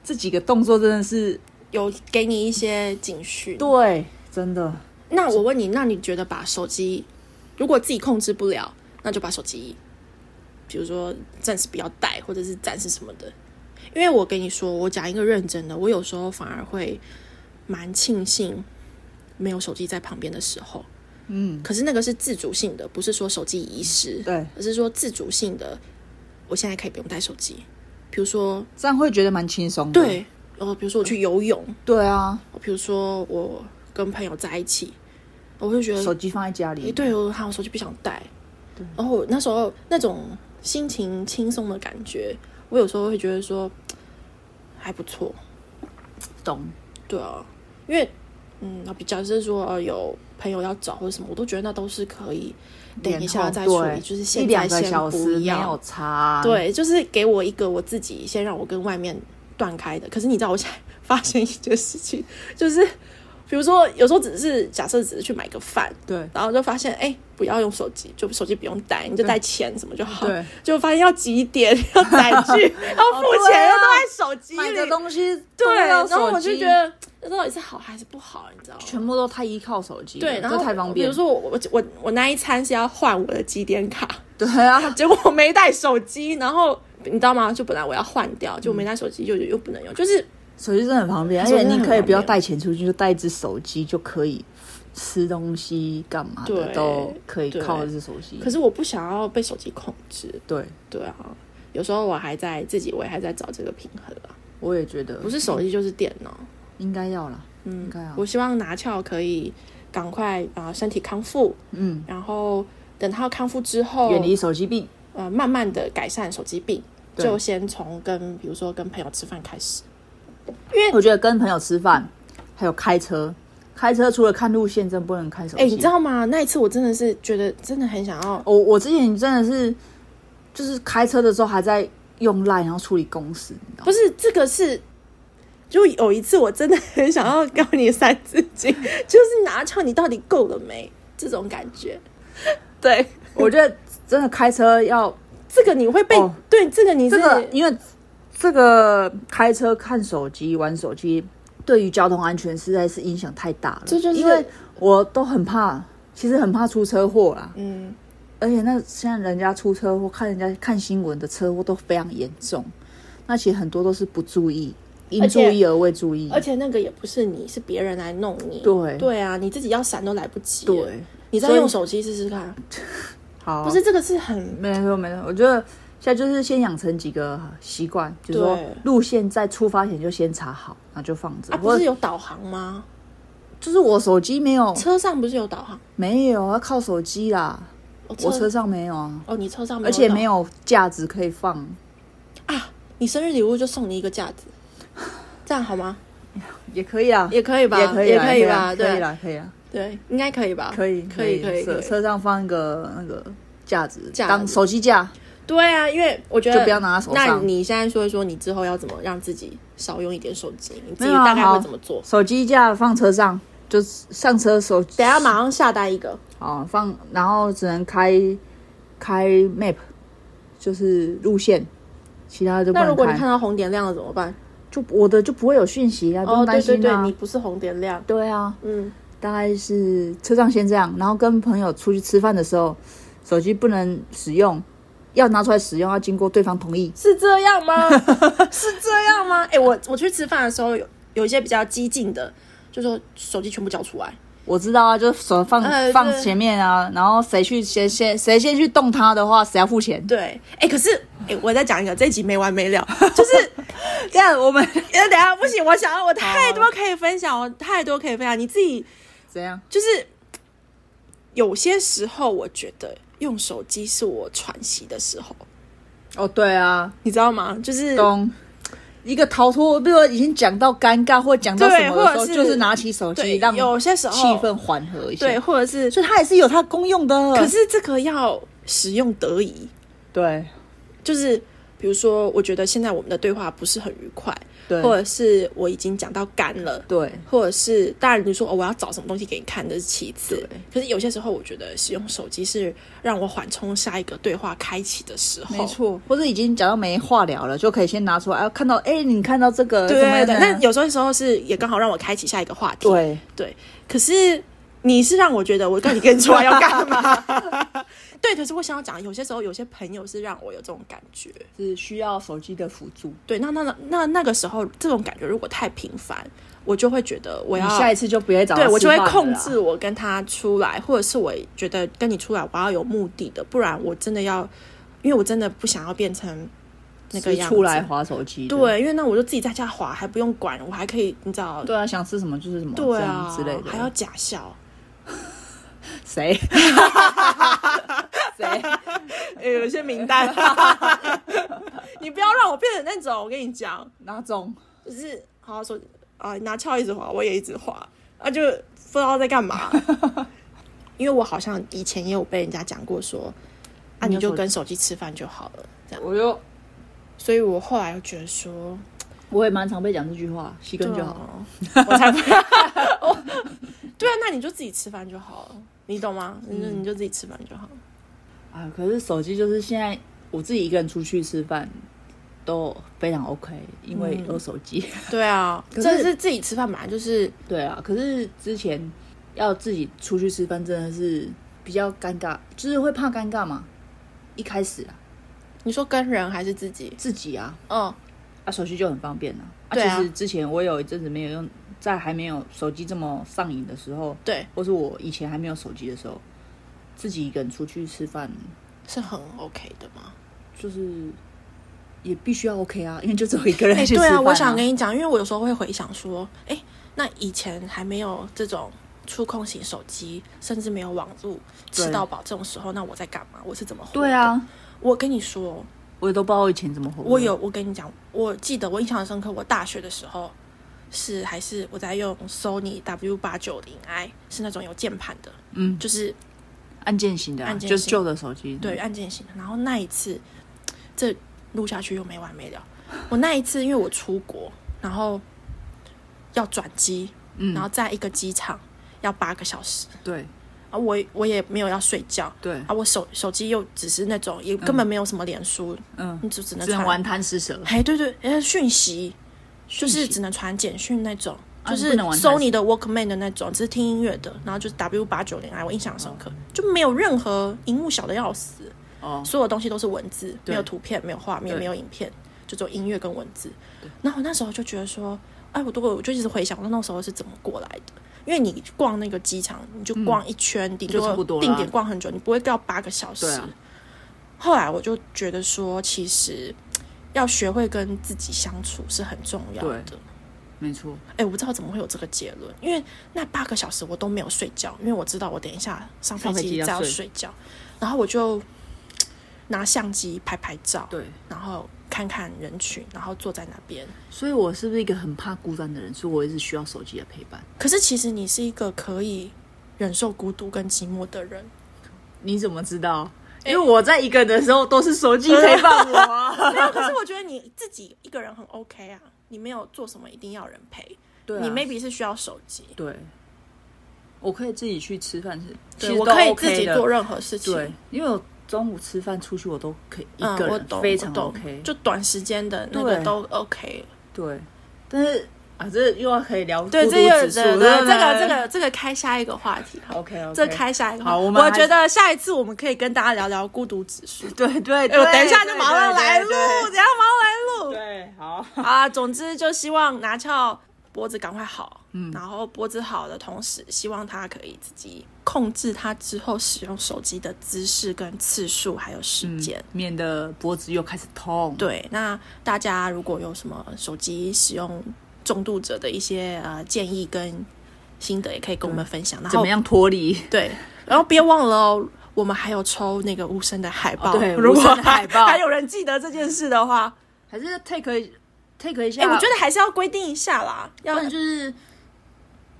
这几个动作真的是有给你一些警讯。对，真的那我问你，那你觉得把手机，如果自己控制不了，那就把手机，比如说暂时不要带，或者是暂时什么的。因为我跟你说，我讲一个认真的，我有时候反而会蛮庆幸没有手机在旁边的时候。嗯，可是那个是自主性的，不是说手机遗失，对，而是说自主性的，我现在可以不用带手机。比如说，这样会觉得蛮轻松的，对，呃，比如说我去游泳，哦对啊，比如说我跟朋友在一起，我就觉得手机放在家里，诶，对我还有手机不想带。然后我那时候那种心情轻松的感觉，我有时候会觉得说还不错，懂。对啊，因为嗯，比假设说呃有朋友要找或者什么，我都觉得那都是可以等一下再处对理，就是一现在两个先不小时没有要。差，，对，就是给我一个我自己先让我跟外面断开的。可是你知道，我现在发现一件事情，就是比如说有时候只是假设只是去买个饭，对然后就发现哎、不要用手机，就手机不用带，你就带钱什么就好。对，就发现要几 点要载具，要付对钱，啊要都在手机买的里。东西都对，要然后手我就机觉得这到底是好还是不好，你知道吗？全部都太依靠手机了，对，然后啊这太方比便。如说我我我我那一餐是要换我的几点卡， 对啊，结果我没带手机，然后你知道吗？就本来我要换掉，就没带手机，就又不嗯能用，就是手机真的很方便，而手且机真的你很可以不要方便带钱出去，就带一只手机就可以吃东西、干嘛的对都可以对靠这只手机。可是我不想要被手机控制，对，对啊，有时候我还在自己，我也还在找这个平衡啊，我也觉得不是手机就是电脑，应该要啦，应该要我。希望拿翘可以赶快啊、呃身体康复，嗯，然后等他康复之后，远离手机病，呃，慢慢的改善手机病，对就先从跟比如说跟朋友吃饭开始。哎我觉得跟朋友吃饭，还有开车，开车除了看路线，真不能看手机。哎、你知道吗？那一次我真的是觉得真的很想要，哦我我之前真的是，就是开车的时候还在用 Line，然后处理公司，你知道吗不是这个是，就有一次我真的很想要告你三字 经，就是拿翘你到底够了没这种感觉。对，我觉得真的开车要这个你会被、哦对这个你是这个，因为这个开车看手机、玩手机，对于交通安全实在是影响太大了。这就是因为我都很怕，其实很怕出车祸啦。嗯，而且那现在人家出车祸，看人家看新闻的车祸都非常严重，那其实很多都是不注意，因而注且意而未注意。而且那个也不是你，是别人来弄你。嗯对对啊，你自己要闪都来不及。对，，你再所以用手机试试看。好，不是这个是很没错没错，我觉得现在就是先养成几个习惯，就是说对路线在出发前就先查好，然后就放着。啊，不或是者有导航吗？就是我手机没有，车上不是有导航？没有要靠手机啦，哦、我车上没有啊，哦，你车上没有，而且没有架子可以放。啊。你生日礼物就送你一个架 子，这样好吗？也可以啊，也可以吧，也可以也啦，可以吧，可以对啦，可以啊啦，对，应该可以吧？可以，啊可以，可以，车可以。车上放一个那个架子，架子当手机架，对啊，因为我觉得就不要拿在手上那你现在说一说，你之后要怎么让自己少用一点手机？你自己没有啊大概好会怎么做？手机架放车上，就是上车手等一下马上下单一个，哦，放，然后只能开开 map，就是路线，其他就不那如能果你看开。到红点亮了怎么办？就我的就不会有讯息啊，不哦，用对担对心对，啊。你不是红点亮，对啊，嗯，大概是车上先这样，然后跟朋友出去吃饭的时候，手机不能使用，要拿出来使用，要经过对方同意。是这样 吗？是这样吗？哎、我我去吃饭的时候有有一些比较激进的，就说手机全部交出来，我知道啊，就是手放、哎对放前面啊，然后谁去先先谁先去动它的话，谁要付 钱。对，哎、可是哎、我再讲一个，这一集没完没了，就是 这样我们呃，等一下不行，我想要我太多可以分享，我太多可以分享。你自己 怎样？就是有些时候，我觉得用手机是我喘息的时候，哦，对啊，你知道吗？就是懂。一个逃脱，比如说已经讲到尴尬或讲到对什么的时或候，者是就是拿起手对机让，有气些时候氛缓和一下。对，，或者是所以它也是有它功用的。可是这个要使用得宜，对就是比如说，我觉得现在我们的对话不是很愉快，对或者是我已经讲到干了。对，或者是，当然你说哦，我要找什么东西给你看，这是其次对。可是有些时候，我觉得使用手机是让我缓冲下一个对话开启的时候。没错，或者已经讲到没话聊了，就可以先拿出来，啊看到哎、你看到这个对怎么对对，样怎么那样有时候时候是也刚好让我开启下一个话题。对对，可是你是让我觉得我到底跟你出来要干 嘛？对，可是我想要讲，有些时候有些朋友是让我有这种感觉。是需要手机的辅助。对，那那那那那个时候这种感觉如果太频繁，我就会觉得我你要下一次就不要找他对我就会吃饭了控啦制我跟他出来，或者是我觉得跟你出来我要有目的的，不然我真的要，因为我真的不想要变成那个样子。出来划手机的，对，因为那我就自己在家划，还不用管，我还可以，你知道，对啊，想吃什么就是什么，对这啊样之类的，还要假 笑。 谁谁哎有一些名单， 你不要让我变成那种，我跟你讲，哪种？就是好好说啊，拿翘一直滑，我也一直滑，啊，就不知道在干 嘛。因为我好像以前也有被人家讲过说，啊，你你有就手跟手机吃饭就好了，这样。我就所以我后来又觉得说，我也蛮常被讲这句话，熄对根就好。啊，我 才不 要。我对啊，那你就自己吃饭就好了，你懂吗？你就嗯你就自己吃饭就好了。啊，可是手机就是现在我自己一个人出去吃饭都非常 OK，因为有手机。对啊，是这是自己吃饭本来就是 对啊，可是之前要自己出去吃饭真的是比较尴尬，就是会怕尴尬嘛。一开始啊，你说跟人还是自己？自己啊，嗯，啊手机就很方便啊。啊，对啊其实之前我有一阵子没有用，在还没有手机这么上瘾的时候，对，或是我以前还没有手机的时候，自己一个人出去吃饭，是很 OK 的嘛。就是也必须要 OK 啊，因为就只有一个人哎、去吃对饭、啊，我想跟你讲，因为我有时候会回想说，哎、那以前还没有这种触控型手机，甚至没有网络，对吃到饱这种时候，那我在干嘛？我是怎么活？对，啊，嗯我跟你说，我也都不知道我以前怎么活。我有，我跟你讲，我记得我印象很深刻，我大学的时候是还是我在用 Sony W 八九零 i，是那种有键盘的，嗯就是按键型的、啊，按键就型旧的手机。对，啊按键型的。然后那一次，这录下去又没完没了。我那一次因为我出国，然后要转机，嗯然后在一个机场要八个小时对啊，我我也没有要睡觉啊，对，我手手机又只是那种也根本没有什么脸书，嗯，你只只能只能传玩贪吃蛇。哎，对对，哎，讯息就是息只能传简讯那种，就啊你是不能玩台 Sony 的 Walkman 的那种，只是听音乐的，然后就是 W 八九零 i，我印象很深刻，就没有任何荧幕小的要死，哦，所有东西都是文字，对没有图片，没有画面，对没有影片，就只有音乐跟文字。然后我那时候就觉得说，哎，我如果我就一直回想我那时候是怎么过来的。因为你逛那个机场，你就逛一圈，顶嗯就差不多多啦定点逛很久，你不会到八个小时。对啊后来我就觉得说，其实要学会跟自己相处是很重要的。没错，哎、我不知道怎么会有这个结论，因为那八个小时我都没有睡觉，因为我知道我等一下上飞上飞机机要再要睡睡觉，然后我就拿相机拍拍照，对。然后看看人群，然后坐在那边。所以我是不是一个很怕孤单的人？所以我一直需要手机的陪伴。可是其实你是一个可以忍受孤独跟寂寞的 人，你怎么知道？因为我在一个人的时候都是手机陪伴我啊。没有。可是我觉得你自己一个人很 OK 啊，你没有做什么一定要人陪， 对啊你 maybe 是需要手机。对，我可以自己去吃饭，是其对，实我都可以 OK 自己的做任何事情。对，因为我中午吃饭出去，我都可以一嗯，个我人，懂，非我常懂 OK。就短时间的那个对都 OK。对，但是啊，这又要可以聊对，孤独这个指数对对，对不这对个这个这个开下一个话题好 OK OK，这开下一个话题好我们我还觉得下一次我们可以跟大家聊聊孤独指数。对对哎对，我等一下就马上来录，对对等一下马上来录对，好，啊！总之就希望拿翘脖子赶快好，嗯，然后脖子好的同时，希望他可以自己控制他之后使用手机的姿势跟次数还有时间。免得嗯脖子又开始痛。对，那大家如果有什么手机使用重度者的一些呃建议跟心得，也可以跟我们分享。然后怎么样脱离？对，然后别忘了哦，我们还有抽那个无声的海报。哦对如果无声的海报还还有人记得这件事的话，还是 take 一 take 一下？哎、我觉得还是要规定一下啦，要不然就是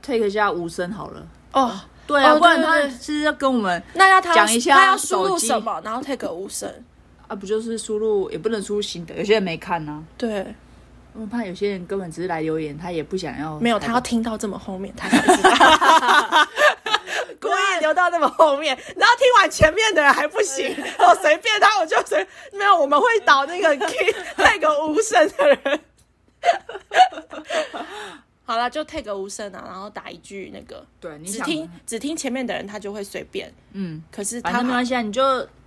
take 一下无声好了。哦，对哦啊，对不然对他对是要跟我们那要他讲一下他要输入手机什么，然后 take 无声。啊，不就是输入也不能输入新的，有些人没看呐、对，我很怕有些人根本只是来留言，他也不想要。没有，他要听到这么后面，他才知道。 故意留到那么后面，然后听完前面的人还不行，我随便他，我就随没有，我们会导那个 key 那个无声的人。 好了，就 take 无声啊，然后打一句那个，对，你只想听只听前面的人，他就会随便。嗯，可是反他正没关系啊，你就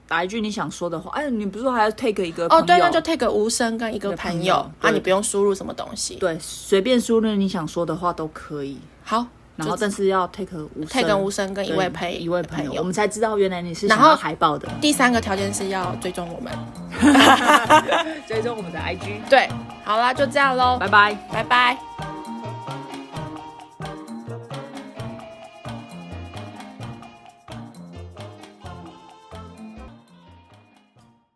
打一句你想说的话。哎，你不是说还要 take 一个哦，对，朋友那就 take 无声跟一个朋友朋友啊，对你不用输入什么东西。对，随便输入你想说的话都可以。好，然后但是要 take 无声 take 无声跟一对位朋一位朋朋友，我们才知道原来你是然想后要海报的。第三个条件是要追踪我们，追踪我们的 IG，对，好啦，就这样喽，拜拜。拜拜